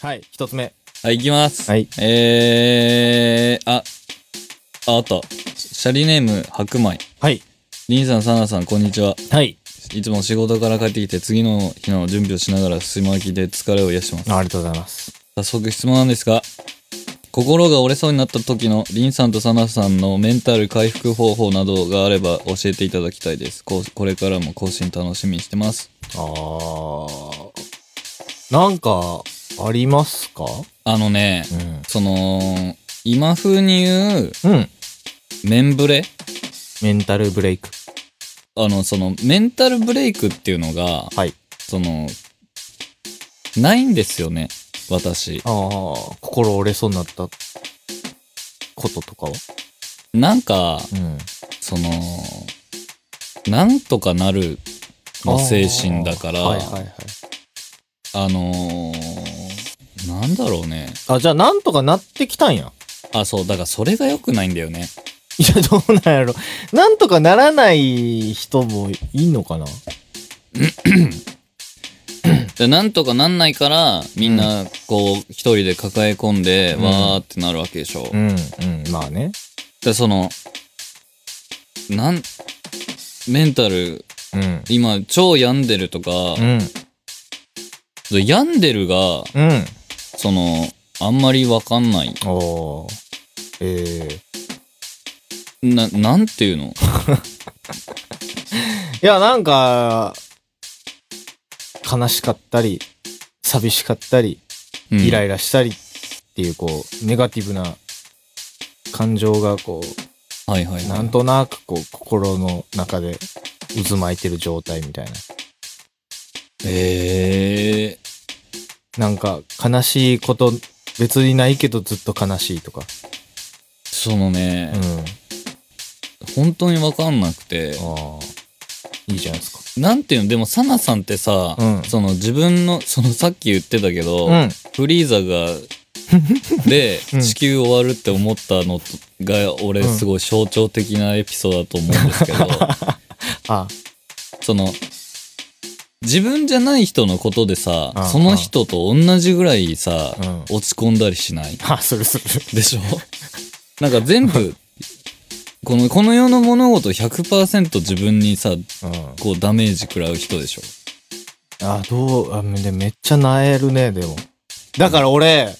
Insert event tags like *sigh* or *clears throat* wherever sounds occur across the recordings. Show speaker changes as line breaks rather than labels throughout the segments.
はい、一つ目。
はい、いきます。
はい。
えー、あ、あ、あった。シャリネーム、白米。
はい。
リンさん、サナさん、こんにちは。
はい。
いつも仕事から帰ってきて、次の日の準備をしながら、すす巻きで疲れを癒してます。
ありがとうございます。
早速質問なんですが、心が折れそうになった時のリンさんとサナさんのメンタル回復方法などがあれば教えていただきたいです。こうこれからも更新楽しみにしてます。
あー。なんか、ありますか
あのね、
うん。
その、今風に言う、
うん。
メンブレ
メンタルブレイク。
あの、その、メンタルブレイクっていうのが、
はい。
その、ないんですよね、私。
あー、心折れそうになったこととかは
なんか、
うん。
その、なんとかなるの精神だから、
はいはいはい。
あのーなんだろうね。
あ、じゃあなんとかなってきたんや。
あ、そう、だからそれが良くないんだよね。
いや、どうなんやろ。なんとかならない人もいいのかな
でなんとかなんないから、みんな、こう、一人で抱え込んで、
うん
わーってなるわけでしょ。
ん、うん。まあね。
で、その、なん、メンタル、
うん。
今、超病んでるとか、
うん。
病んでるが、
うん。
その、あんまりわかんない。
おー。えー。
な、なんていう
い
の
や、なんか、悲しかったり、寂しかったり、
うん
イライラしたりっていう、こう、ネガティブな感情が、こ、
はいはいうは。
ないんとなく、こう、心の中で渦巻いてる状態みたいな。
えー、
なんか、悲しいこと、別にないけどずっと悲しいとか。
そのね
う、ん。あ
本当にわかんなくて、
あ。いいじゃないですか。
なんていうの、でも、サナさんってさ、
うん
その自分の、そのさっき言ってたけど、
うん。
フリー
*laughs*
ザが、で、
うん
地球終わるって思ったのとが、俺、
うん
すごい象徴的なエピソードだと思うんですけど、
あ
その、自分じゃない人のことでさ
うん、
その人と同じぐらいさ、
うん
落ち込んだりしない *laughs*
あ、するする。*laughs*
でしょなんか全部、この、この世の物事100%自分にさ、
うん。
こうダメージ食らう人でしょ
あ、どう、あ、でめっちゃなえるね、でも。だから俺、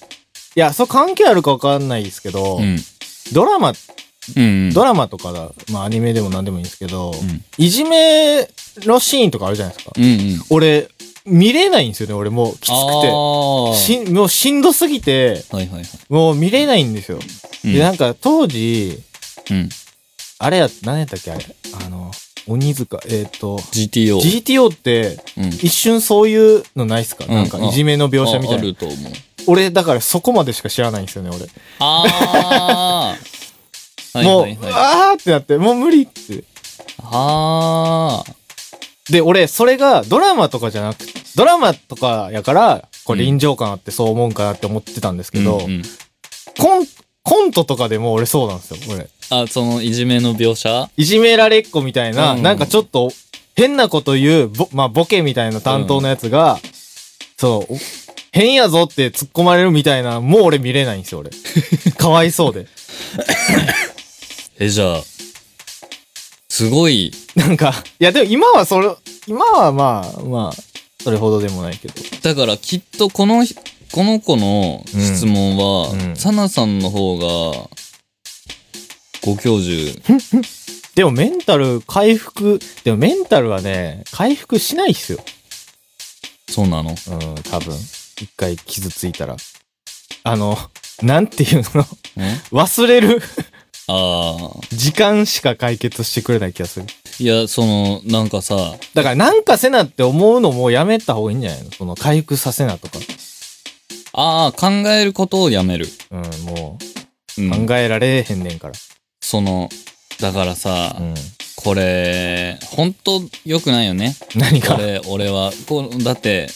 いや、そう関係あるかわかんないですけど、
うん。
ドラマ、
うん。
ドラマとかだ、まあアニメでも何でもいいんですけど、
うん
いじめのシーンとかあるじゃないですか。
うんうん。
俺、見れないんですよね、俺もうきつく
あ
て。
あ。
しんもうしんどすぎて、
はいはいはい。
もう見れないんですよ。
うん
で、なんか当時、
うん。
あれや、何やったっけ、あれ。あの、鬼塚、えっ、と、
GTO。
GTO って
うん。
一瞬そういうのないっすか、
うん
なんかいじめの描写みた
あ
い
あ
な。
ると思う。
俺だからそこまでしか知らないんですよね俺、
ああ。はいはい
もう
はい。
あーってなってもう無理って
ああ。
で俺それがドラマとかじゃなくドラマとかやからこう
うん
臨場感あってそう思うんかなって思ってたんですけど、
うんうん
コンコントとかでも俺そうなんですよ俺
あ、そのいじめの描写
いじめられっ子みたいな、
うん
なんかちょっと変なこと言うぼ、まあ、ボケみたいな担当のやつが、そうお変やぞって突っ込まれるみたいなもう俺見れないんです
*laughs*
よ俺かわいそうで
え、じゃあ、すごい、
*laughs* なんか、いやでも今はそれ、今はまあ、まあ、それほどでもないけど。
だからきっとこのひ、この子の質問は、
うんうん
サナさんの方が、ご教授。
でもメンタル回復、でもメンタルはね、回復しないっすよ。
そうなの
うん、多分。一回傷ついたら。あの、なんていうの忘れる *laughs*
ああ。
時間しか解決してくれない気がする。
いや、その、なんかさ、
だからなんかせなって思うのもやめた方がいいんじゃないのその回復させなとか。
ああ、考えることをやめる。
うん、もう
うん、
考えられへんねんから。
その、だからさ、
うん。
これ、本当良くないよね。
何か
こ。れ、俺は。こうだって、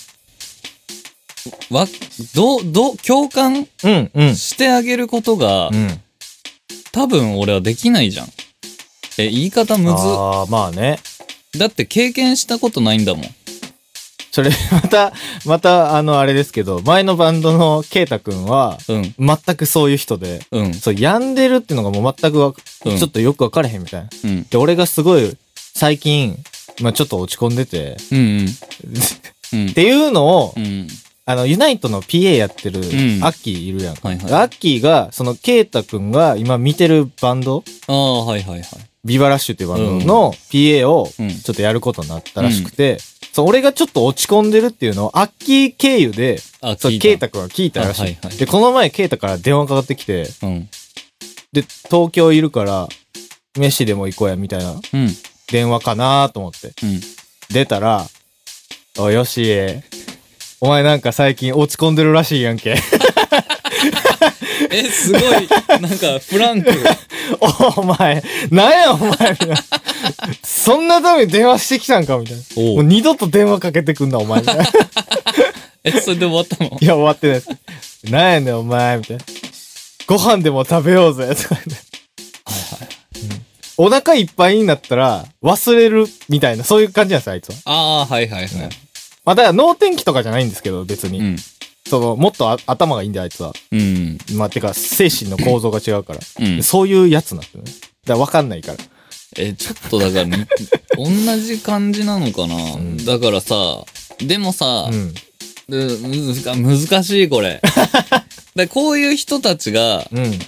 わ、どう、どう、共感
うん、うん。
してあげることが、
うん。
多分俺はできないじゃん。え、言い方む
ああ、まあね。
ず。だって経験したことないんだもん。
それ、 *laughs* また、また、あの、あれですけど、前のバンドのケイタくんは、
うん。
全くそういう人で、
うん。
そう、病んでるっていうのがもう全くわ、
うん
ちょっとよくわかれへんみたいな。
うん。
で、俺がすごい、最近、まあちょっと落ち込んでて、
うん。うん。うん
っていうのを、
うん。
あの、ユナイトの PA やってる、ア
ん
ッキーいるやんか。
はいはい
でアッキーが、その、ケイタくんが今見てるバンド、
ああ、はいはいはい。
ビバラッシュっていうバンドの PA を
うん
ちょっとやることになったらしくて、そう俺がちょっと落ち込んでるっていうのをアッキー経由で、
あ、
そう、
聞い
ケイタ
た。
くんが聞いたらしい。
あはいはい
で、この前ケイタから電話かかってきて、
うん。
で、東京いるから、飯でも行こうやみたいな
うん。
電話かなと思って。
うん。
出たら、おい、よしえ、お前なんか最近落ち込んでるらしいやんけ。 *laughs*
え、すごい、なんか、フランク。
お前、なんやお前み *laughs* たいな。そんなために電話してきたんかみたいな。
お
もう二度と電話かけてくんな、お前。みたいない
え、それで終わったの
や、終わってないです。なんやねん、お前。みたいな。ご飯でも食べようぜ。とか言ってうんお腹いっぱいになったら忘れるみたいな、そういう感じなんですよ、あいつは。
ああ、はいはいはい。
まあ、だから脳天気とかじゃないんですけど、別に。
うん。
その、もっとあ頭がいいんで、あいつは。
うん。
まあ、てか、精神の構造が違うから。
うん。
そういうやつなんですよね。だから分かんないから。
え、ちょっとだから、
*laughs*
ね、同じ感じなのかな、
ん
だからさ、でもさ、
うん。
うむずか難しい
*laughs*
これ。でこういう人たちが、
うん。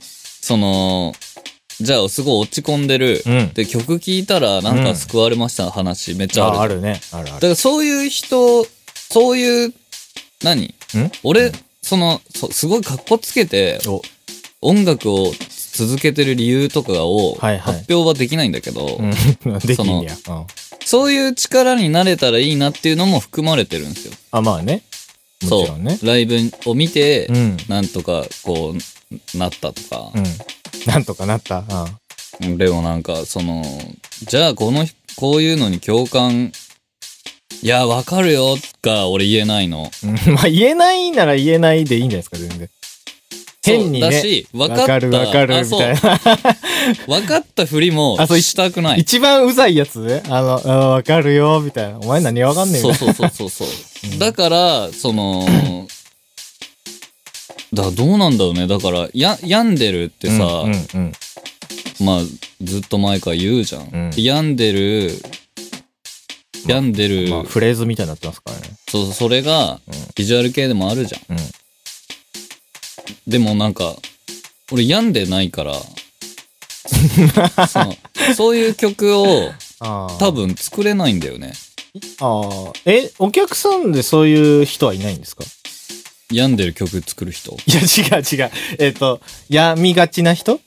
その、じゃあすごい落ち込んでる。
うん
で、曲聴いたらなん
う
か
ん
救われました話めっちゃある。
あ、あるね。あるあ
だ
る。
からそういう人、そういう、何
ん
俺、そのそ、すごい格好つけて
お、
音楽を続けてる理由とかを
はい
発
はい
表はできないんだけど、
うん。 *laughs* できんねや。うん。
そういう力になれたらいいなっていうのも含まれてるんですよ。
あ、まあね。も
そ
ちろんね。
う。ライブを見て、
うん。
なんとかこう、なったとか
う、ん。なんとかなった。うん。
俺もなんか、その、じゃあこの、こういうのに共感、いや、わかるよ、が俺言えないの。
うんま *laughs* あ、言えないなら言えないでいいんじゃないですか、全然。変に
そうだ
ね。
し、わかっ
わ
た。
かるわかる、
あ
み
そう
たいな。
わかったふりも
あそう
したくな
*laughs*
い。
一番うざいやつね。あの、あわかるよ、みたいな。お前何わかんねえみたい
そ
な
う。そうそうそうそうう。
ん
だから、その、だどうなんだろうね。だから、や、病んでるってさ、
うんうん
まあ、ずっと前から言うじゃん。
うん
病んでる、
まあ
病んでる、
まあ、フレーズみたいになってますからね。
そう、それが
うん、
ビジュアル系でもあるじゃん。
うん。
でもなんか、俺病んでないから、そ
*laughs*
のそういう曲を
ああ。
多。分作れないんだよね。
ああ。え、お客さんでそういう人はいないんですか *laughs*
病んでる曲作る人。
いや、違う違う。えっ、と、病みがちな人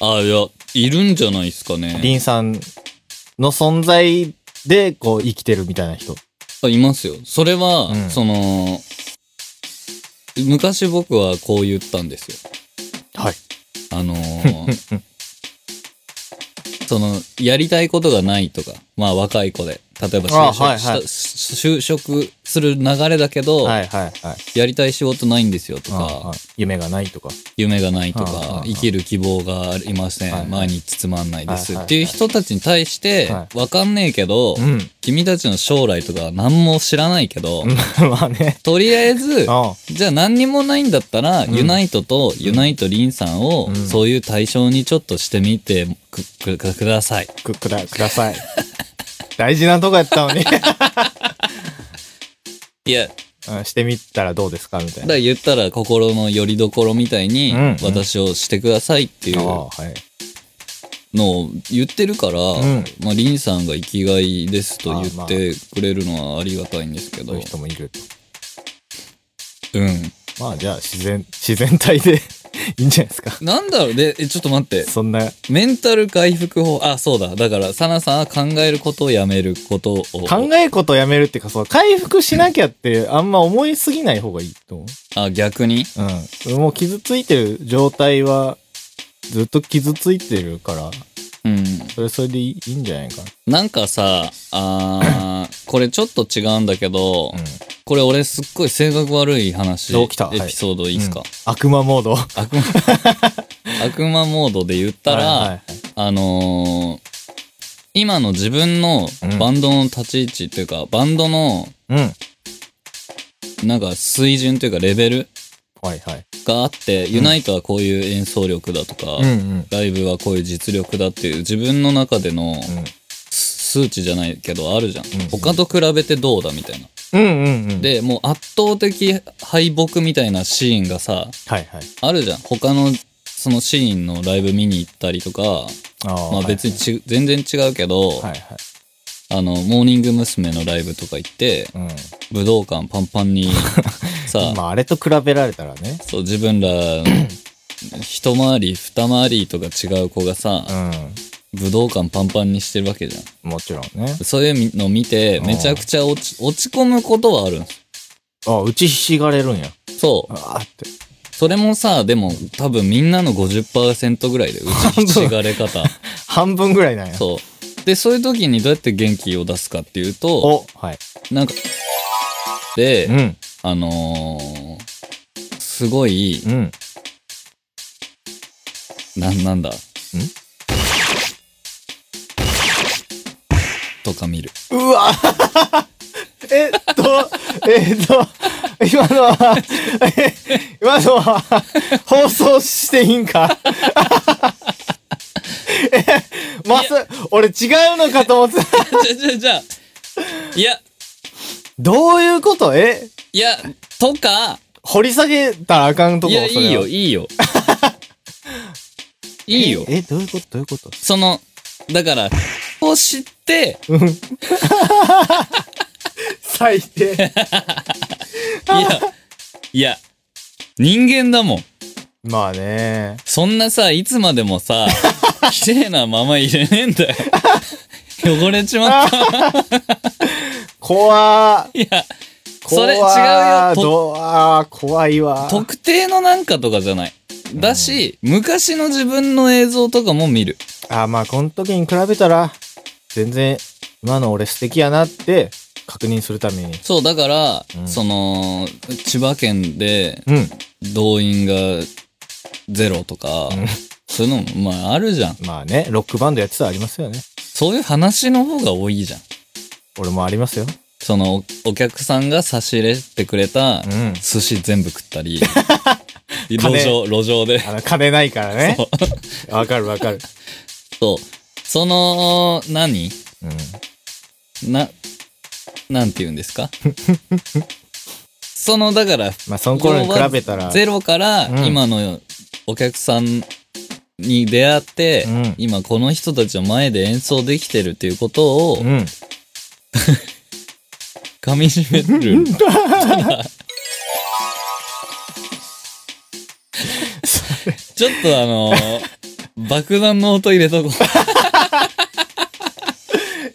あ、いや、いるんじゃないですかね。
リンさんの存在で、こう、生きてるみたいな人。
あいますよ。それは、
うん
その、昔僕はこう言ったんですよ。
はい。
あの
*laughs*
ーその、やりたいことがないとか、まあ若い子で、例えば就職,、
あはいはい
就職する流れだけど、
はいはいはい。
やりたい仕事ないんですよとか、
あああ夢がないとか。
夢がないと
はいはい
か、
はい
生きる希望がありません、
はいはい
毎日つまんないで
はい
す、
はいはい
っていう人たちに対して、
は
わかんねえけど、
うん。 *laughs*
君たちの将来とか何も知らないけど、
まあね。
とりあえず、
あ
じゃあ何にもないんだったら、
ん
ユナイトとユナイトリンさんを、
うん
そういう対象にちょっとしてみてくくくください。
あ、く、くだ、くだ
*laughs*
さい。大事なとこやったのに。 *laughs*
いや、だか
うんしてみたらどうですかみたいな。
ら言ったら心の拠り所みたいに
うんうん、
私をしてくださいっていう
あ
の
あ、はい。
を言ってるから、
ん
まあ、リンさんが生きがいですと
あ
言
ま
っ
あ
てくれるのはありがたいんですけ
そ
ど、
ういう人もいると。
うん。
まあじゃあ自然、自然体でいいんじゃないですか。
なんだろう、で、えちょっと待って、
そんな、
メンタル回復法、あ、そうだ、だから、サナさんは考えることをやめることを。
考えことをやめるっていうか、その回復しなきゃってあんま思いすぎない方がいいと思
あ、逆に
う。うん。もう傷ついてる状態は、ずっと傷ついてるから、
うん。
それはそれでいいいいんじゃないかな。
なんかさ、
*coughs*
あーこれちょっと違うんだけど、
うん。
これ俺すっごい性格悪い話、
お
エ
来たはい
ピソードいいですか、
うん悪魔モー
*laughs*
ド。
悪
*laughs*
魔、悪魔モードで言ったら、
はいはい
あのー今の自分のバンドの立ち位置っていうか、バンドの
うん。
なんか水準というかレベル
はいはい。
があって、ユナイトはこういう演奏力だとか、
うんうん。
ライブはこういう実力だっていう自分の中での
うん
数値じゃないけどあるじゃん
んうん。
他と比べてどうだみたいな。
うんうんうん。、
で、もう圧倒的敗北みたいなシーンがさ、
はいはい。
あるじゃん。他のそのシーンのライブ見に行ったりとか、
あ
まあ別にち、全然違うけど、
はいはい。
あの、モーニング娘。のライブとか行って、
うん。
武道館パンパ
*laughs*
ンにさ、
まあ、あれと比べられたらね。
そう自分らの一回り二回りとか違う子がさ、
う
武道館パンパンにしてるわけじゃん。
ん。もちろんね。
そういうの見て、
うん
めちゃくちゃ落ち落ち込むことはあるんです。
あ、打ちひしがれるんや。
そ
あーって。
う。それもさ、でも多分みんなの50%ぐらい
*laughs*
で打ちひしがれ方。
半分ぐらいなんや。
そう。で、そういう時にどうやって元気を出すかっていうと、
お、はい。
なんか、で、
うん。
あのーすごい、
うん。
な、なんだんとか見る。 *laughs*
うわ *laughs* えっと、えっと、今のは、え今のは、放送していいんか *laughs* え、まさ、俺違うのかと思ってた。
じゃ、じゃ、じゃ、いや、
どういうことえ、
いや、とか、
掘り下げたらあかんとこ
いや、い
それ
いよ、
はい
いよ。いいよ。
*laughs* え、えどういうことどういうこと
その、だから、を知って、
最低。
いや、いや、人間だもん。
*laughs* まあね。
そんなさ、いつまでも
*laughs*
さ、綺麗なまま入れねえんだよ。 *laughs* 汚れち
*laughs*
まった。
怖
いや、そ
怖
れ違うよ。と
どうあー怖いわ。
特定のなんかとかじゃない。だし、昔の自分の映像とかも見る。
あーまあこの時に比べたら全然今の俺素敵やなって確認するために
そう、だから、
うん
その、千葉県で
うん
動員がゼロとか、
うん
そういうのも、まああるじゃん。
まあねロックバンドやってたらありますよね
そういう話の方が多いじゃん。
俺もありますよ
その、おお客さんが差し入れてくれた
うん
寿司全部食っ
*laughs*
たり、
金
路上、路上で。
あの金ないからね
そ
*laughs*
う
わかるわかる
そう。その、何
うん
な、なんて言うんで
*laughs*
すかその、だから、
まあその頃に比べたら
要はゼロから
うん
今のお客さんに出会って、
うん
今この人たちの前で演奏できてるっていうことを
うん
噛み締める。 *laughs* ちょっとあのー爆弾の音入れとこう。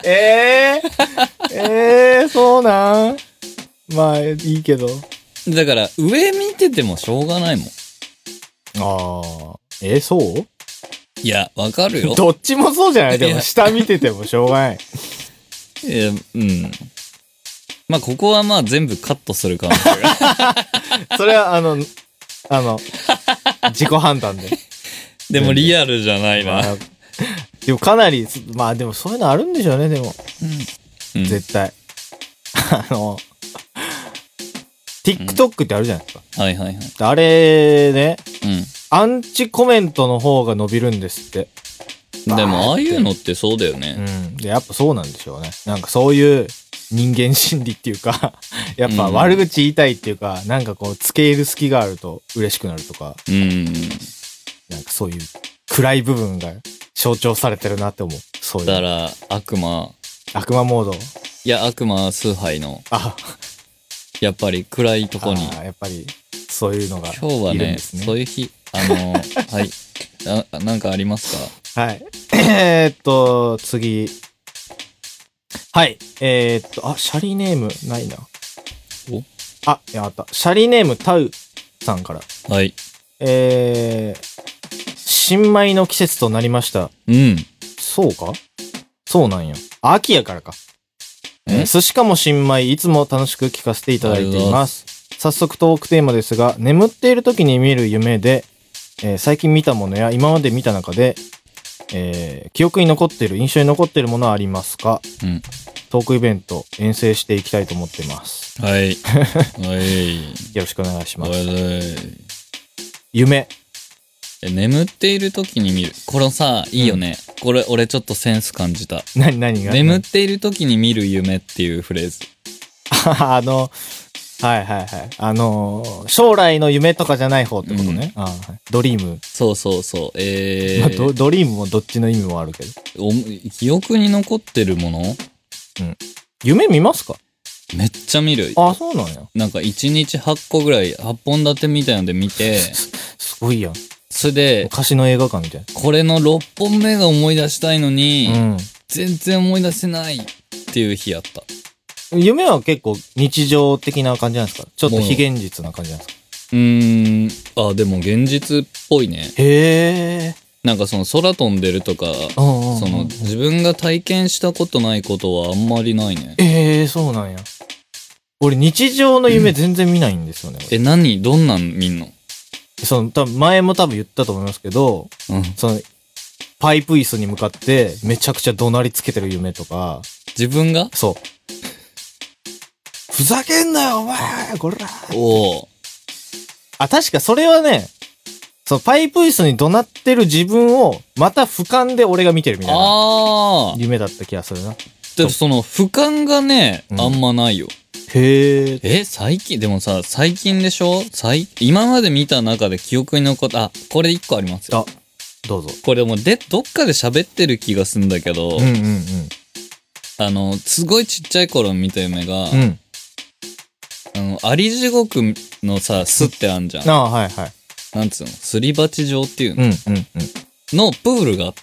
えー、えー、そうなんまあいいけど
だから上見ててもしょうがないもん。
ああえー、そう
いや、わかるよ。
どっちもそうじゃないで
い
も
や
下見ててもしょう
*laughs*
がない
いやうん。まあ、ここはまあ全部カットする可能性
*laughs*
が。
それはあのあの自己判断
*laughs*
で
でもリアルじゃない
ま
な。
あでもかなりす、まあでもそういうのあるんでしょうね、でも、
うん
絶対。あの、TikTok ってあるじゃないですか。
はいはいはい。
であれね、
う
アンチコメントの方が伸びるんですって。
ん。でも、ああいう
の
のってそうだよ
う
ね。
ん。で、やっぱそうなんでしょうね。なんかそういう人間心理っていうか、 *laughs* やっぱ
うん
悪口言いたいっていうか、なんかこう、付け入る隙があると嬉しくなるとか、
うん。
なんかそういう暗い部分が象徴されてるなって思う。そうい
だか
う。
ら、悪魔、
悪魔モード。
いや、悪魔崇拝の、
あ、
やっぱり暗いとこに
あ。ーやっぱりそういうのが
今日はい
るん
ね、
ですね
そういう日、あ
*laughs*
の、はい。あ、なんかありますか
はい *laughs* えーっと次はいえーっとあシャリネームないな
お
あやったシャリネームタウさんから
はい。
えー、新米の季節となりました
うん。
そうかそうなんやあ秋やからか
え
えー寿司かも新米いつも楽しく聞かせていただいています早速トークテーマですが眠っている時に見る夢で、えー最近見たものや今まで見た中で、えー記憶に残っている印象に残っているものはありますか
うん。
トークイベント遠征していきたいと思ってます。
はい。はい。
よろしくお願いし *laughs* ます。
はい。
夢。 *laughs*
え眠っている時に見る。このさ、いいよね。これ、俺ちょっとセンス感じた。
何、何が
眠っている時に見る夢っていうフレーズ。
*laughs* あの、はいはいはい。あのー将来の夢とかじゃない方ってことね。あーはいドリーム、
そうそうそう。え
まあ
ー、
ド。ドリームもどっちの意味もあるけど。
お記憶に残ってるもの
夢見ますか
めっちゃ見る。
あ、そうなんや。
なんか1日8個ぐらい、8本立てみたいので見て、
*laughs* すごいやん。
それで、
昔の映画館みたい
これの6本目が思い出したいのに、
な。
全然思い出せないっていう日やった。
うん。夢は結構日常的な感じなんですかちょっと非現実な感じなんですか
うーん。あ、でも現実っぽいね。
へえ。
なんかその空飛んでるとか、
ー。うんうんうん
その自分が体験したことないことはあんまりないね。
ええー、そうなんや。俺日常の夢全然見ないんですよね。
え、何どんなん見んの
その、多分前も多分言ったと思いますけど、
うん。
その、パイプ椅子に向かって、めちゃくちゃ怒鳴りつけてる夢とか、
自分が
そう。ふざけんなよ、お前こら
おお。
あ、確かそれはね、そのパイプ椅子に怒鳴ってる自分を、また俯瞰で俺が見てるみたいな
ああ。
夢だった気がするな。
でもその俯瞰がね、
うん
あんまないよ。
へえ。
え、最近、でもさ、最近でしょ最、今まで見た中で記憶に残った、あ、これ一個ありますよ。
あ、どうぞ。
これもうで、どっかで喋ってる気がすんだけど、
うんうんうん。
あの、すごいちっちゃい頃見た夢が、
うん。
あの、アリ地獄のさ、巣ってあんじゃん。
ああ、はいはい。
なんつうのすり鉢状ってい
う
う
ん
の、
うんうん。
のプールがあって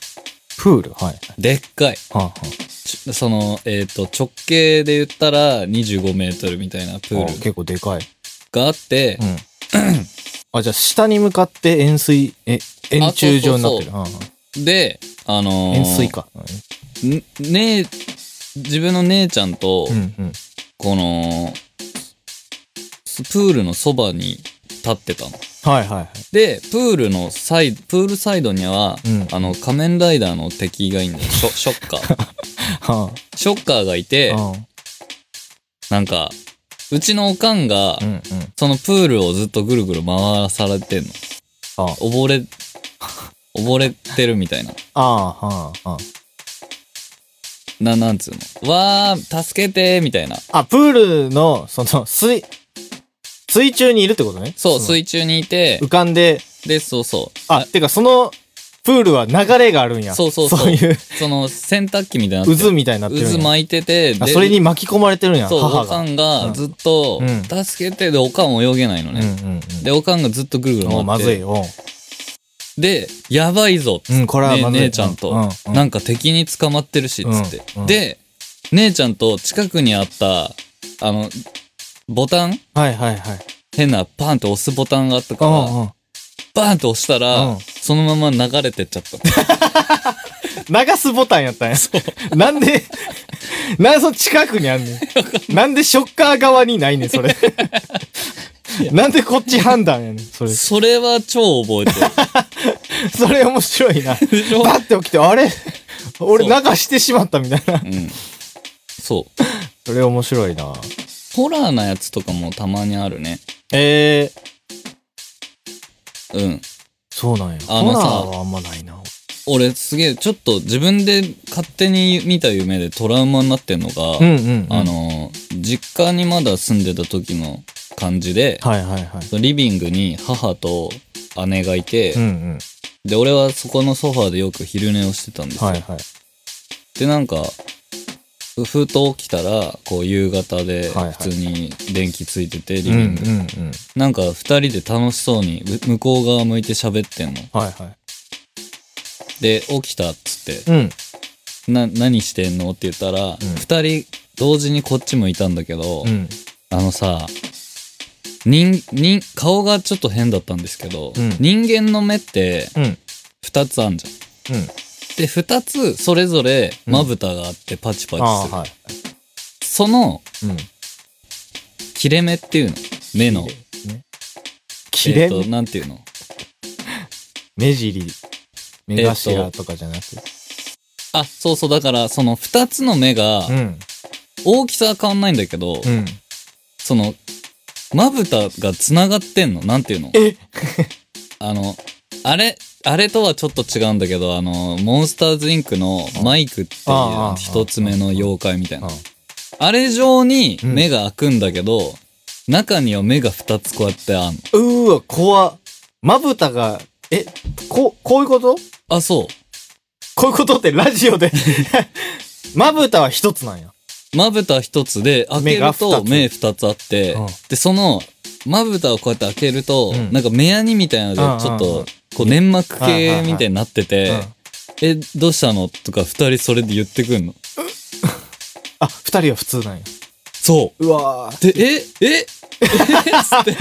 プールはい。
でっかい。
はあ、は
ちょその、えっ、と、直径で言ったら25メートルみたいなプ
あ、あ
ール
結構でかい。
があって
う、ん。あ、じゃあ下に向かって円錐、え、円柱状になってる。うんうん
で、あのー
円錐か。
んね自分の姉ちゃんと、
うんうん。
この、スプールのそばに立ってたの。
はいはい
*laughs*
はい。
で、プールのサイド、プールサイドには、
うん
あの、仮面ライダーの敵がいんだよ。ショショッ
*laughs*
カー。
は
ショッカーがいて、
あ、うん
なんか、うちのおかんが、
うんうん。
そのプールをずっとぐるぐる回されてんの。
あ
溺れ、 *laughs* 溺れてるみたいな。
ああ、はあ、は
な、なんつうの。わー、助けてみたいな。
あ。あ、プールの、その、水、水中にいるってことね。
そう、
の
水中にいて
浮、かんで、
で、そうそう。
あ、てかその、プールは流れがあるんや。
そうそうそう
そういう
その、洗濯機みたいな。
渦みたいになってるんや。
渦巻いてて、
あ
で
それに巻き込まれてるんや、
そう、
母
おか
が。
んがずっと
うん、
助けて、で、おかん泳げないの
うんう
ね。
ん
で、おかんがずっとぐるぐ
う
る
ん。もう
回
ま
って。
ずい。よ。
で、やばいぞ、つ
うん、これは
ね
まずい。
姉ちゃんと、
うう
なんか敵に捕まってるし、つって、
うんうん
で、姉ちゃんと近くにあった、あの、ボタン
はいはいはい。
変なパンって押すボタンがあったか
う
ら、
んうん。
バーンと押したら、
うん
そのまま流れてっちゃった。
流すボタンや
*laughs*
ったんや。なんで、なんでその近くにあんねん。なんでショッカー側にないねん、それ。なんでこっち判断やねん、それ。
それは超覚えてる。
それ面白いな。バ
でしょ
ッて起きて、あれ俺流してしまったみたいな。
うん。そう。
それ面白いな。
ホラーなやつとかもたまにあるね。
えー、
うん。
そうなんや。
あ
ホ
の
ラー
さ
はあんまないな。
俺すげえ、ちょっと自分で勝手に見た夢でトラウマになってんのが、
うんうん。
あ、の、実家にまだ住んでた時の感じで、
はいはいはい。
リビングに母と姉がいて、
うんうん。
で、俺はそこのソファーでよく昼寝をしてたんですよ。
はいはい。
で、なんか、ふふと起きたら、こう夕方で
はいはい
普通に電気ついてて、リビ
うんうんう
ング。
ん。
なんか二人で楽しそうにう向こう側向いて喋ってんの。
はいはい。
で、起きたっつって、
うん。
な、何してんのって言ったら、
ん
二、人同時にこっち向いたんだけど、
うん。
あのさ、人、人、顔がちょっと変だったんですけど、
うん
人間の目って
うん。うん。
二つあんじゃん。で、二つそれぞれまぶたがあってパチパチする。
ああー、はい。
その
うん。
切れ目っていうの。目の。
ね切れ
えっ
目
と、なんていうの
目尻、目頭とかじゃなくて。
あ、そうそう、だから、その二つの目が
う、ん。
大きさは変わんないんだけど、
うん。
その、まぶたが繋がってんのなんていうの
え
あの、あれ、あれとはちょっと違うんだけど、あの、モンスターズインクのマイクってい
ああ
う一つ目の妖怪みたいな。
う
あれ上に
うん
目が開くんだけど、中には目が二つこうやってあんの。
ーわ、怖っまぶたが、え、こ、こういうこと
あ、そ
こういうことってラジオで。 *laughs* まぶたは一つなんや。
う。まぶた一つで開けると
目
目二つあって、
うん
で、その、まぶたをこうやって開けると、
うん
なんか目やにみたいなので、ちょっ
うんうんう
と
ん、
こう粘膜系みたいになってて、
うん
え、どうしたのとか二人それで言ってくんの。
あ、二人は普通なんや。
そう
わー
う。で、え、え、え *laughs* つって。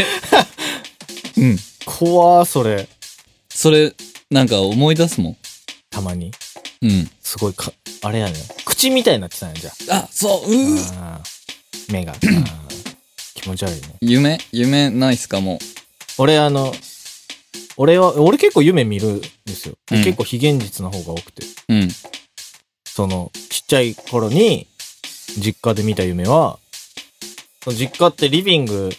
うん。
怖ーそれ。
それ、なんか思い出すもん。
たまに。
うん。
すごいか、あれやね。口みたいになってたんや、じゃ
あ、そう、うー
あ。あー目が。あー気持ち悪いね。
夢夢ないっすか、も
俺あの、俺は、俺結構夢見るんですよ。
うん
結構非現実の方が多くて。
う。うん。
その、ちっちゃい頃に、実家で見た夢は、その実家ってリビング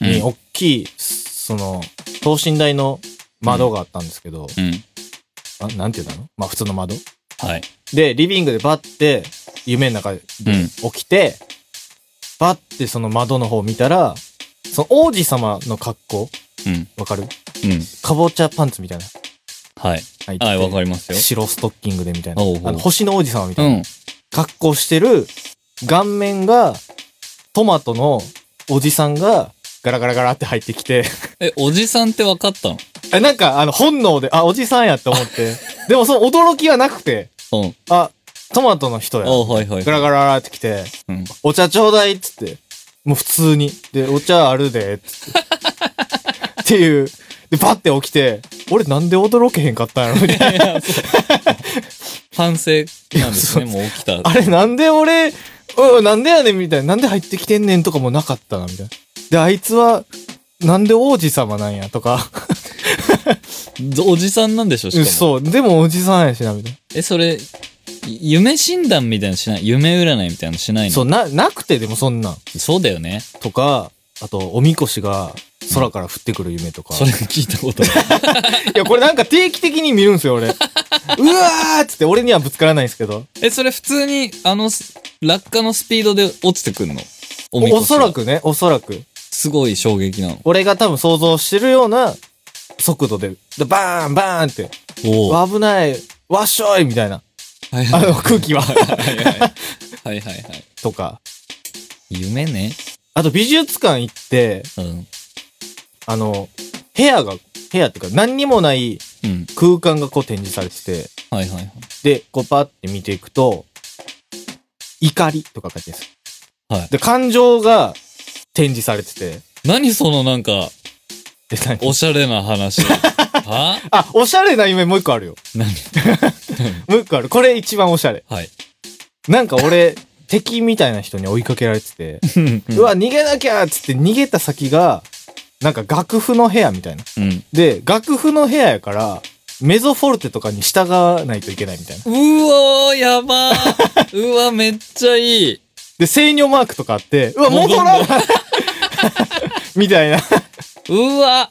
う
に
ん。
大きい、その、等身大の窓があったんですけど、
うん。
あなんて言うのまあ普通の窓。
はい。
で、リビングでバッて、夢の中で
うん。
起きて、バッてその窓の方を見たら、その王子様の格好、
うん。
わかる
うん。
かぼちゃパンツみたいな。
はい。
はい
はい、わかり
*laughs*
ますよ。
白ストッキングでみたいな。
おうおう
あの星の王子様みた
う
いな、
ん。
格好してる、顔面が、トマトのおじさんが、ガラガラガラって入ってきて、 *laughs*
え、おじさんって分かったの
えなんか、あの、本能で、あ、おじさんやって思って、
*laughs*
でもその驚きはなくて、
うん。
あ、トマトの人
あ、
や。
はいはい。
ガラガラガラって来て、
うん。
お茶ちょうだいっつって、もう普通に。で、お茶あるで、っつ
*laughs*
って。っていう。で、バッて起きて、俺なんで驚けへんかったんやろみたいな。
反省なんですね、
*laughs* いやそう
もう起きた。
あれなんで俺、うん、なんでやねんみたいな。なんで入ってきてんねんとかもなかったな、みたいな。で、あいつは、なんで王子様なんやとか。
おじさんなんでしょ、しか
*laughs*
も。
そう。でもおじさんやしな、みたい
え、それ、い夢診断みたいなのしない夢占いみたいなのしな
な。
いの
そう、な、なくてでもそんなん。
そうだよね。
とか、あと、おみこしが空から降ってくる夢とか。
それ聞いたことない。
いや、これなんか定期的に見るんすよ、
*laughs*
俺。うわーっつって、俺にはぶつからないんですけど。
え、それ普通に、あの、す落下のスピードで落ちてくんのおみ
お
こし
そ
が
ら。くね、おそらく。
すごい衝撃なの。
俺が多分想像してるような速度で、でバーンバーンって、
お
う
は
わ危ない、わっしょいみたいな。
いは
*laughs* あ
い
の空気は。
はいはい。はいはいはい。
とか。
夢ね。
あと美術館行って、
うん。
あの、部屋が、部屋っていうか何にもない
うん。
空間がこう展示されてて、
はいはいはい。
で、こうパって見ていくと、怒りとか書いてるんですよ
はい
で、感情が展示されてて、
何そのなんか、
で、何
おしゃれ
*laughs*
な話。は
あ、おしゃれな夢もう一個あるよ。
何
もう一個ある。これ一番おしゃれ。
はい。
なんか俺、敵みたいな人に追いかけられて *laughs* て、
うん
うわ、逃げなきゃっつって逃げた先が、なんか楽譜の部屋みたいな。
うん。
で、楽譜の部屋やから、メゾフォルテとかに従わないといけないみたいな。
うおー、やばー。うわ、めっちゃいい。
で、制御マークとかあって、うわ、戻らない *laughs* みたいな。
うわ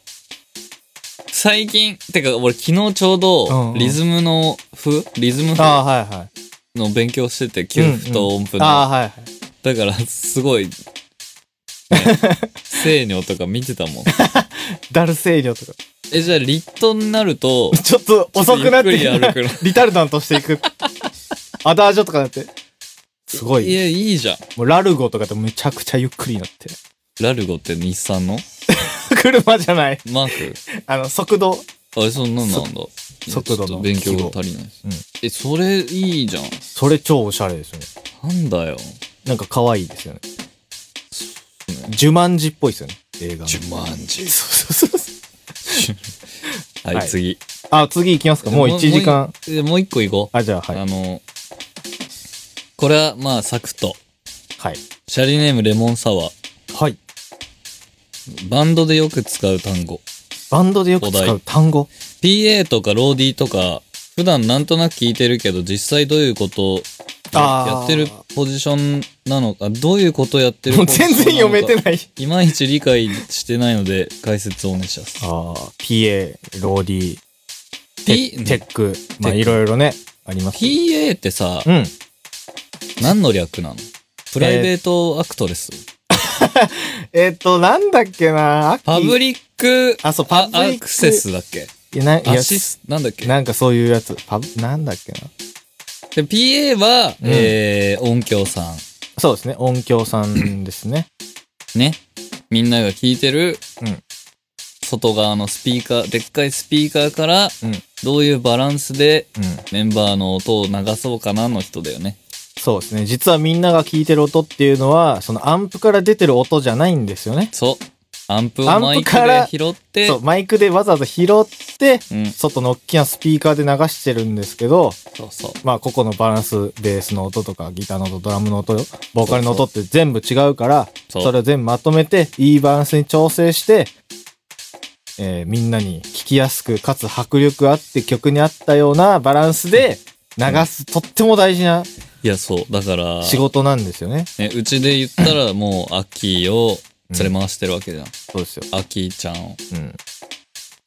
最近、てか俺昨日ちょう
うんう
ど
ん
リズムの譜、リズム譜
ああ、はいはい。
の勉強してて、給付と音符の。
ああ、はいはい。
だからすご
*laughs*
い、ね、生尿とか見てたもん。
ダル制御とか。
え、じゃあ立冬になると、
ちょっと遅くなって
ゆっくり歩くの
リタルダントしていく。アダージョとかなって。すご
い
い。
や、いいじゃん。
もうラルゴとかってめちゃくちゃゆっくりになって。 *laughs*
ラルゴって日産の
車じゃない。
マーク
あの、速度。
あ、そんなんなんだ。いや
速度の
ちょっと勉強が足りな
う
い、
ん
え、それいいじゃん。
それ超おしゃれですよね。
なんだよ。
なんか可愛いですよね。
ね
ジュマンジっぽいですよね。映画の。
ジュマンジ。
そうそうそうそう。
はい、
はい
次。
あ、次行きますか。もう1時間。
もうい。えもう一個行こう。
あ、じゃあ、は
あ
い。
の、これはまあサクッと。
はい。
シャリネームレモンサワー。
はい。
バンドでよく使う単語。
バンドでよく使う単語。
PA とかローディーとか、普段なんとなく聞いてるけど、実際どういうこと
あー
やってるポジションなのか、どういうことやってる
も
ポ
う
ジション
全然読めて
い。
ない。
いまいち理解してないので、解説をお願いします。
ああ、PA、ローディー、テ
P-
テック、まあ
テック
いろいろね、あります。
PA ってさ、
うん。
何の略なのプライベートアクトレス、
えっ、と、なんだっけなアキ
パブリック
あ、そう、パ
あ
ブ
ア
リック。
クセ。スだっけ
いや、ないや
アシス、なんだっけ
なんかそういうやつ。パブ、なんだっけな
で ?PA は、
うん
えー、音響さん。
そうですね、音響さんですね。
ね。みんなが聞いてる、
うん
外側のスピーカー、でっかいスピーカーから、
うん。うん。
どういうバランスでメンバーの音を流そうかなの人だよね。
そうですね。実はみんなが聞いてる音っていうのは、そのアンプから出てる音じゃないんですよね。
そう。アンプ
アン
を
プ
マイク
から
で拾って、
そう、マイクでわざわざ拾って、
うん、
外の大きなスピーカーで流してるんですけど、
そうそう。
まあ、個々のバランス、ベースの音とか、ギターの音、ドラムの音、ボーカルの音って全部違うから、
そう
それを全部まとめて、いいバランスに調整して、えーみんなに聞きやすく、かつ迫力あって曲に合ったようなバランスで流す、とっても大事ない
や、そう。だから、
仕事なんですよね。
ね、うちで言ったらもう、アッキーを連れ回してるわけじゃん。
そうですよ。
アッキーちゃんを。
うん。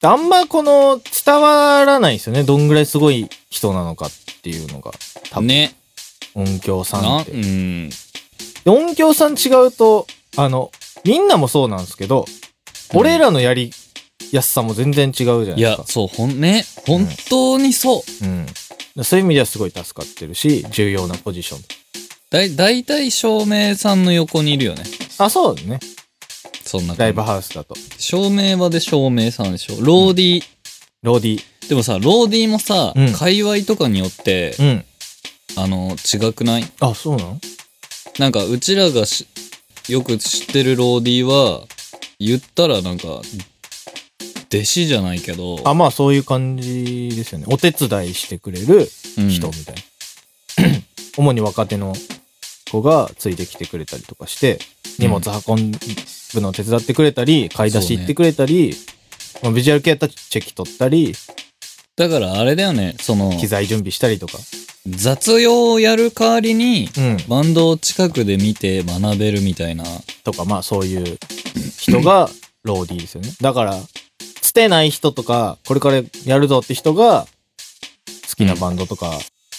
あんまこの、伝わらないですよね。どんぐらいすごい人なのかっていうのが、多分、
ね。
音響さん
な
っ
ん、
て
う。ん。
で音響さん違うと、あの、みんなもそうなんですけど、
うん
俺らのやりやすさも全然違うじゃない
い
です
や
か、。
そう、ほん、ね。本当にそう。
うん。でそういう意味ではすごい助かってるし、重要なポジション。
だい、だいたい照明さんの横にいるよね。
あ、そうだね。
そんな
ラ
感
イ
じ
ブ。ハウスだと。
照明はで照明さんでしょ。ローディー。
ローディ
でもさ、ローディーもさ、
うん
界隈とかによって、
ー。
あの、違くない
うん。あ、そうなの
なんか、うちらがしよく知ってるローディーは、言ったらなんか、弟子じゃないけど、
あ、まあそういう感じですよね。お手伝いしてくれる
うん
人みたいな。 *clears throat* 主に若手の子がついてきてくれたりとかして、
うん
荷物運ぶの手伝ってくれたり、買い出し行ってくれたり、まあ、ビジュアル系やったらチェキ取ったり、
だからあれだよね、その、
機材準備したりとか。
雑用をやる代わりに、
うん。
バンドを近くで見て学べるみたいな。
とか、まあそういう人がローディーですよね。だから、つてない人とか、これからやるぞって人が、好きなバンドとか、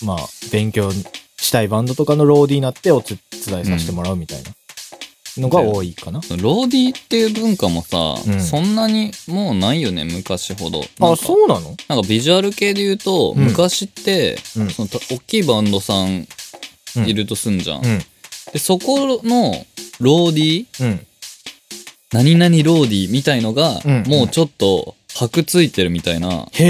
まあ勉強したいバンドとかのローディーになってお手伝いさせてもらうみたいなのが多いかな。
ローディーっていう文化もさ、
うん
そんなにもうないよね、昔ほど。なん
あ、
か
そうなの
なんかビジュアル系で言うと、
うん
昔って、
うん
そのた大きいバンドさん
うん
いるとすんじゃん。
うん。
で、そこのローディー、
うん。
何々ローディーみたいのが、
うん
もうちょっと、箔ついてるみたいな、
へ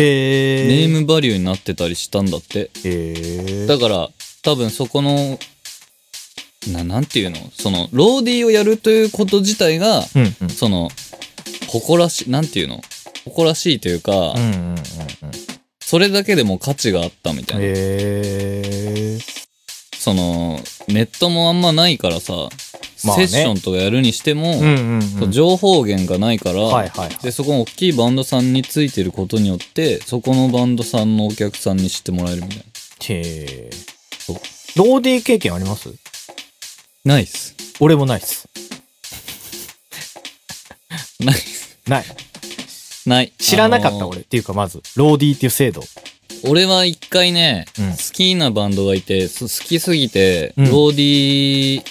ネ
え。
ームバリューになってたりしたんだって。
へえ。
だから、多分そこの、な、なんていうのその、ローディーをやるということ自体が、
うんうん。
その、誇らしい、なんていうの誇らしいというか、
うんうんうんうん。
それだけでも価値があったみたいな。
へえ。
その、ネットもあんまないからさ、
まあね
セッションとかやるにしても、
うんうん。
そううん情報源がないから、
はいはい。
で、そこの大きいバンドさんについてることによって、そこのバンドさんのお客さんに知ってもらえるみたい
へえ。
う
ローディー経験あります
な。ナイス。
俺もないっす。
ナイス。
ない。
*laughs* ない。
知らなかった、
あのー
俺。っていうか、まず、ローディーっていう制度。
俺は一回ね、
うん
好きなバンドがいて、す好きすぎて、
うん
ローディー、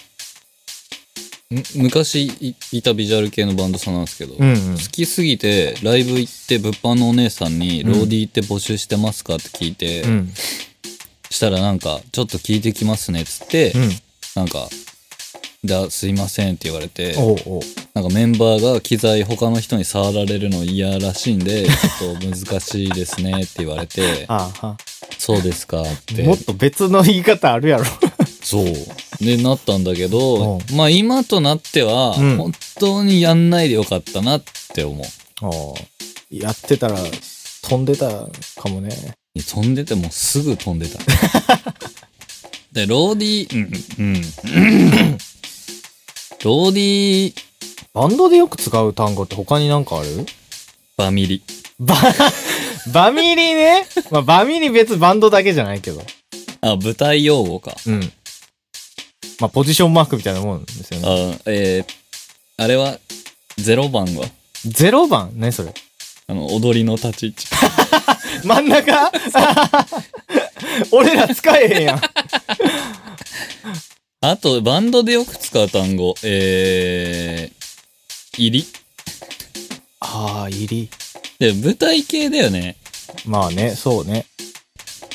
ん昔いいたビジュアル系のバンドさんなんですけど、
ん、
好きすぎて、ライブ行って物販のお姉さんに、
うん
ローディーって募集してますかって聞いて、
うん。
したらなんか、ちょっと聞いてきますねっつって、
うん。
なんか、だ、すいませんって言われて、
おうおう。、
なんかメンバーが機材他の人に触られるの嫌らしいんで、ちょっと難しいですねって言われて
ああは
そうですかって。
もっと別の言い方あるやろ。
そう。で、なったんだけど、
う
まあ今となっては、
うん
本当にやんないでよかったなって思う。
ああやってたら、飛んでたかもね。
飛んでてもうすぐ飛ん *laughs* でた。で、ローディー、うん、うん。ローディー
バンドでよく使う単語って他になんかある
バミリ。
バ、 *laughs* バミリね。まあ、バミリ別にバンドだけじゃないけど。
あ、舞台用語か。
うん。まあ、ポジションマークみたいなもんですよね。
あえー、あれは、0番は、
0番何それ
あの、踊りの立ち位置。
真ん中 *laughs* 俺ら使えへんやん。
あと、バンドでよく使う単語。えー、入り。
ああ、入り。
で、舞台系だよね。
まあね、そうね。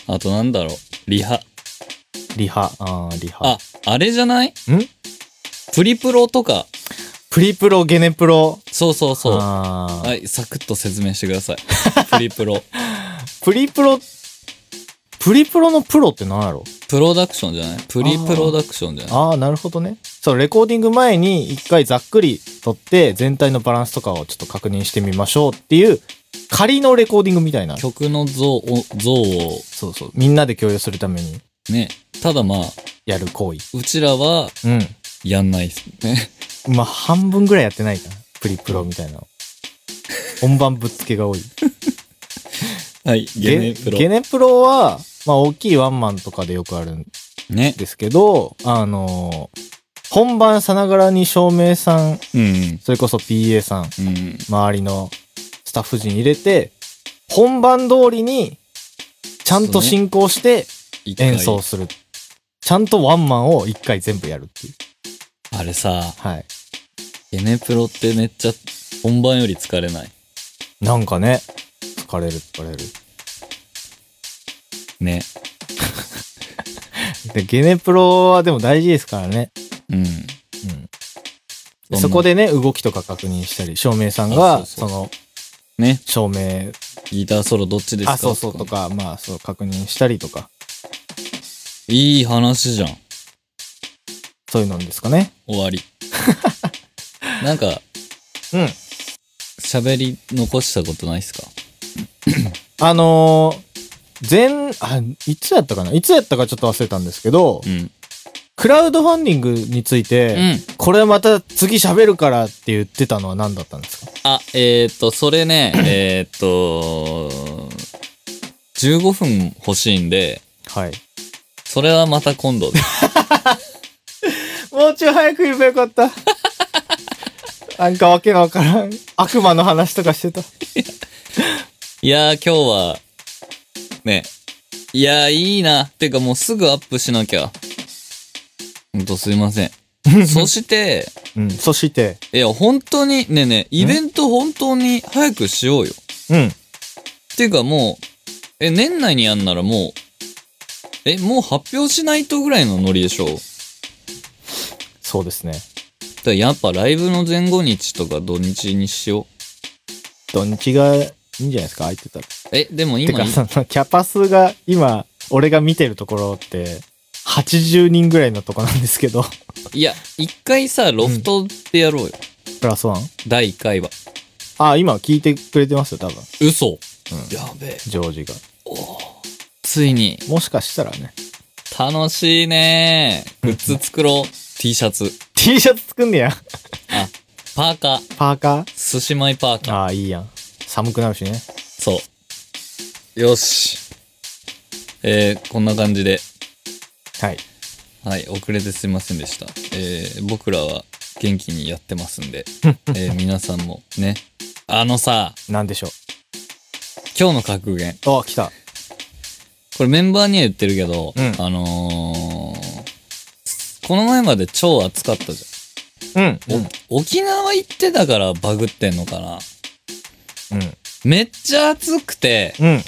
あと、なんだろう。リハ。
リハ。ああ、リハ。
あ、あれじゃないん
ん
プリプロとか。
プリプロ、ゲネプロ。
そうそうそう。は
あー
い、サクッと説明してください。プリプロ。
*laughs* プリプロ、プリプロのプロって何やろ
プロダクションじゃないプリプロダクションじゃない
ああ、なるほどね。そう、レコーディング前に一回ざっくり撮って、全体のバランスとかをちょっと確認してみましょうっていう、仮のレコーディングみたいな。
曲の像を、像を、
そうそう。みんなで共有するために
ね。ただまあ、
やる行為。
うちらは
う
やんないっすね。 *laughs*
ん。まあ、半分ぐらいやってないかな。プリプロみたいなの。本番ぶっつけが多い。
はい、 *laughs* ゲネプロ。
ゲネプロは、まあ、大きいワンマンとかでよくあるん
ね。
ですけど、あのー本番さながらに照明さん、
うん。
それこそ PA さん、
うん。
周りのスタッフ陣入れて、本番通りに、ちゃんと進行して
一回
演奏する。ちゃんとワンマンを一回全部やるっていう。
あれさ、
はい。
ゲネプロってめっちゃ本番より疲れない。
なんかね、疲れる疲れる。
ね。
で、ゲネプロはでも大事ですからね。
うん。
うん。そこでね、動きとか確認したり、照明さん
あ
が、
そうそう
その、
ね。
照明、
ギターソロどっちですか
あ、そうそうと。か、まあ、そう、確認したりとか、
いい話じゃん。
そういうのですかね。*laughs*
終わり。なんか、
うん。
喋り残したことないっすか
あのー前、あ、いつやったかないつやったかちょっと忘れたんですけど、
うん。
クラウドファンディングについて、
うん。
これまた次喋るからって言ってたのは何だったんですか
あ、えー、っと、それね、えー、っと、15分欲しいんで、
はい。
それはまた今度で。
もうちょい早く言えばよかった。 *laughs* なんかわけのわからん。悪魔の話とかしてた。
いやー、今日は、ね。いやー、いいな。てかもうすぐアップしなきゃ。ほんとすいません。そして、
うん。そして、
いや、本当に、ねえねえ、イベント本当に早くしようよ。
うん。
てかもう、え、年内にやんならもう、え、もう発表しないとぐらいのノリでしょだか
そうですね。
らやっぱライブの前後日とか土日にしよ
土日がいいんじゃないですか空いてたら。
う。え、でも
て
今
か、、その、キャパ数が今、俺が見てるところって、80人ぐらいのとこなんですけど、
いや、一回さ、ロフトでやろうよ。
プラスワン
第一回は。
あ、今聞いてくれてますよ、多分。
嘘、
ん
やべえ。
ジョージが。
ついに、
もしかしたらね。
楽しいねグッズ作ろう。T シャツ。
T シャツ作んねや。
あ、パーカー。
パーカー
寿司米パーカー。
ああ、いいやん。寒くなるしね。
そう。よし。えー、こんな感じで。
はい。
はい、遅れてすいませんでした。えー、僕らは元気にやってますんで、えー、皆さんもね。あのさ、
なんでしょう。
今日の格言。
あ、来た。
これメンバーには言ってるけど、
うん
あのー、この前まで超暑かったじ
うん。
ゃん。お沖縄行ってたからバグってんのかな
うん。
めっちゃ暑くて、
うん。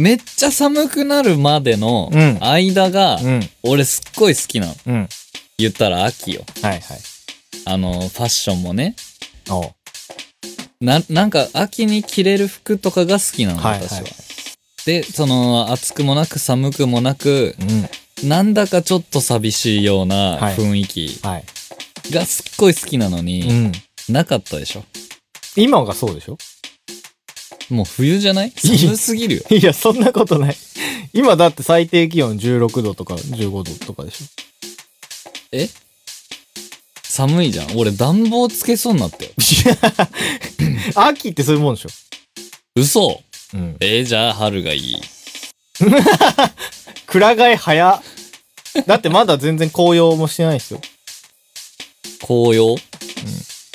めっちゃ寒くなるまでの
うん
間が、
うん。
俺すっごい好きなの。
うん。
言ったら秋よ。
はいはい。
あのー、ファッションもね。
おう
な、なんか秋に着れる服とかが好きなの、
はい
私
は。。
はいで、その、暑くもなく寒くもなく、
うん。
なんだかちょっと寂しいような
はい
雰囲気
はい。
がすっごい好きなの
う
に、
ん。
なかったでしょ。
今がそうでしょ *laughs*
もう冬じゃない
い
寒すぎるよ。
いや、そんなことない。今だって最低気温16度とか15度とかでしょ
え寒いじゃん。俺暖房つけそうになったよ。
秋ってそういうもんでしょ
嘘
うん。
えーじゃあ春がいい。
くら替え早。だってまだ全然紅葉もしてないですよ。
紅葉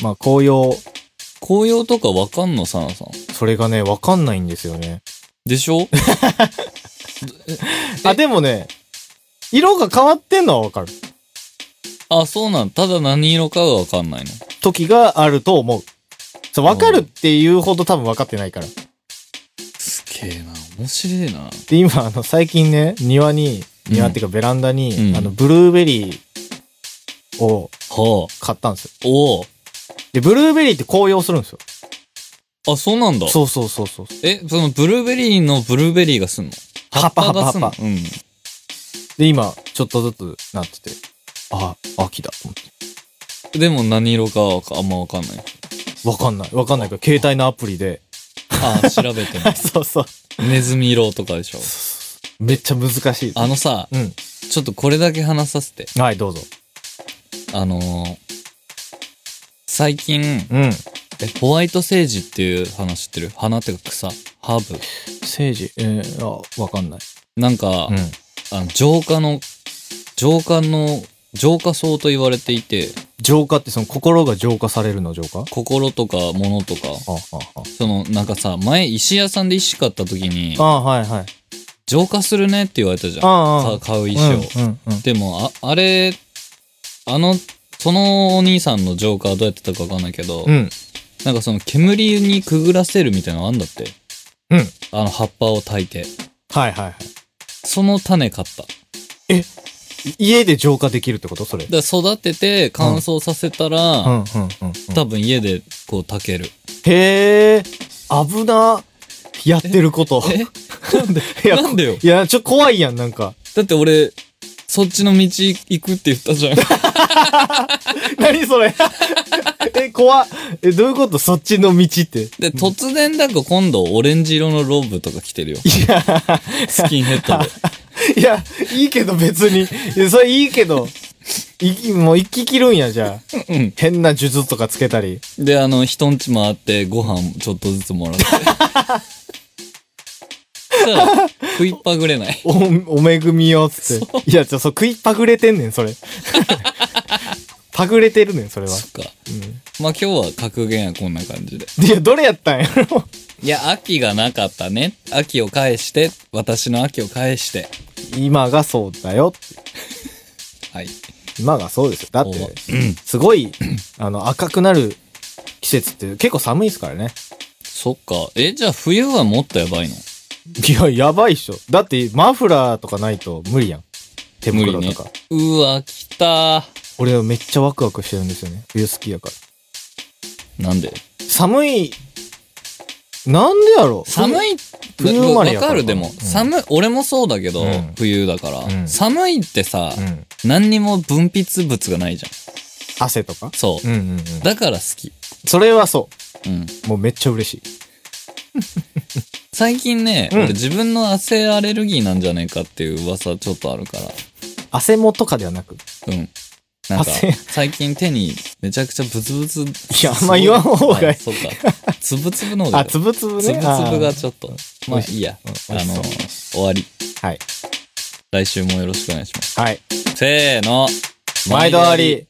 まあ紅葉、
紅葉とかわかんのサナさん。
それがね、わかんないんですよね。
で
*laughs*
しょ
あ、でもね、色が変わってんのはわかる。
あ、そうなん。ただ何色かがわかんないの。
時があると思う。そう、わかるっていうほど多分分かってないから。
すげえな。面白いな。
で、今、あの、最近ね、庭に、庭っていうかベランダに、
うん
あの、ブルーベリーを
はあ。
買ったんですよ。
おお。
で、ブルーベリーって紅葉するんですよ。
あ、そうなんだ。
そうそうそうそう。
え、そのブルーベリーのブルーベリーがすんの
葉っぱ
葉がすんの
葉っ
うん。
で、今、ちょっとずつなってて、あ、秋だと思って。
でも何色かはあんまわかんない。
わかんない。わかんないから、携帯のアプリで。
あ、調べて
*laughs*
も
そうそう。 *laughs*
ネズミ色とかでしょ。
めっちゃ難しい。
あのさ、
う
ちょっとこれだけ話させて。
ん。はい、どうぞ。
あのー最近、
うん。
え、ホワイトセージっていう花知ってる花っていうか草ハー
政治、えー、あ、わかんない。
ブなんか、
うん。
あの浄化の、浄化の、浄化草と言われていて、
浄化ってその心が浄化されるの浄化
心とか物とか、
あ、あ、
その、なんかさ、前石屋さんで石買った時に
あ、、あ、はいはい。
浄化するねって言われたじゃん。
ああ
か買う石を。
うんうんうん。
でも、あ、あれ、あの、そのお兄さんの浄化はどうやってたかわかんないけど、
うん。
なんかその煙にくぐらせるみたいなのあんだって。
うん。
あの葉っぱを炊いて。
はいはいはい。
その種買った。
い家で浄化できるってことそれ。
だから育てて乾燥させた
う
ら、
んうんうん。
多分家でこう炊ける。
へえ、危な。やってること。
え
なんでいや、
なんでよ
いや、ちょ、怖いやん、なんか。
だって俺、そっちの道行くって言っ
*laughs*
たじゃん。
何それ *laughs* え、怖っえ、どういうことそっちの道って。
で、突然だか今度オレンジ色のローブとか着てるよ。
いや、
スキンヘッドで。
*laughs* いや、いいけど別に。いや、それいいけど。いき、もう一気切るんや、じゃあ。
うん
変な術とかつけたり。
で、あの、人んち回ってご飯ちょっとずつもら
*laughs*
って。したら、食いっぱぐれない。
お、おめぐみよ、つって。いや、ちょ、そう、食いパグれてんねん、そ
*laughs*
れ。パグれてるねん、それは。
そっか。まあ今日は格言はこんな感じで。
いや、どれやったんやろ
いや、秋がなかったね。秋を返して、私の秋を返して。
今がそうだよって。
はい。
今がそうですよ。だっ
おう
て、すごい、あの、赤くなる季節って結構寒いですからね。
そっか。え、じゃあ冬はもっとやばいの
いや、やばいっしょ。だって、マフラーとかないと無理やん。手
無
袋
理
と
ね
か。。
うわ、来た。
俺はめっちゃワクワクしてるんですよね。冬好きやから。
なんで
寒い、なんでやろ
寒い
冬生まれや
わ
から
かるでも、
うん
寒い俺もそうだけど、
うん
冬だから、
うん
寒いってさ、
うん。
何にも分泌物がないじゃん
汗とか
そう、
うんうんうん。
だから好き、
それはそ
うん、
う。もうめっちゃ嬉しい。
最近ね、
うん
俺自分の汗アレルギーなんじゃねえかっていう噂ちょっとあるか
汗もとかではなく。い
らうんなんか
汗
最近手にめちゃくちゃブツブツ
や、あんま言わん方が
はいい
い。
そうかつぶつぶの方が
あ、つぶつぶね。
つぶつぶがち
ょ
ょっとまあいいや、
うん
あ
美味し
の
そう
終わり
はい。
来週もよろしくお願いします
はい。
せーの
毎度あり。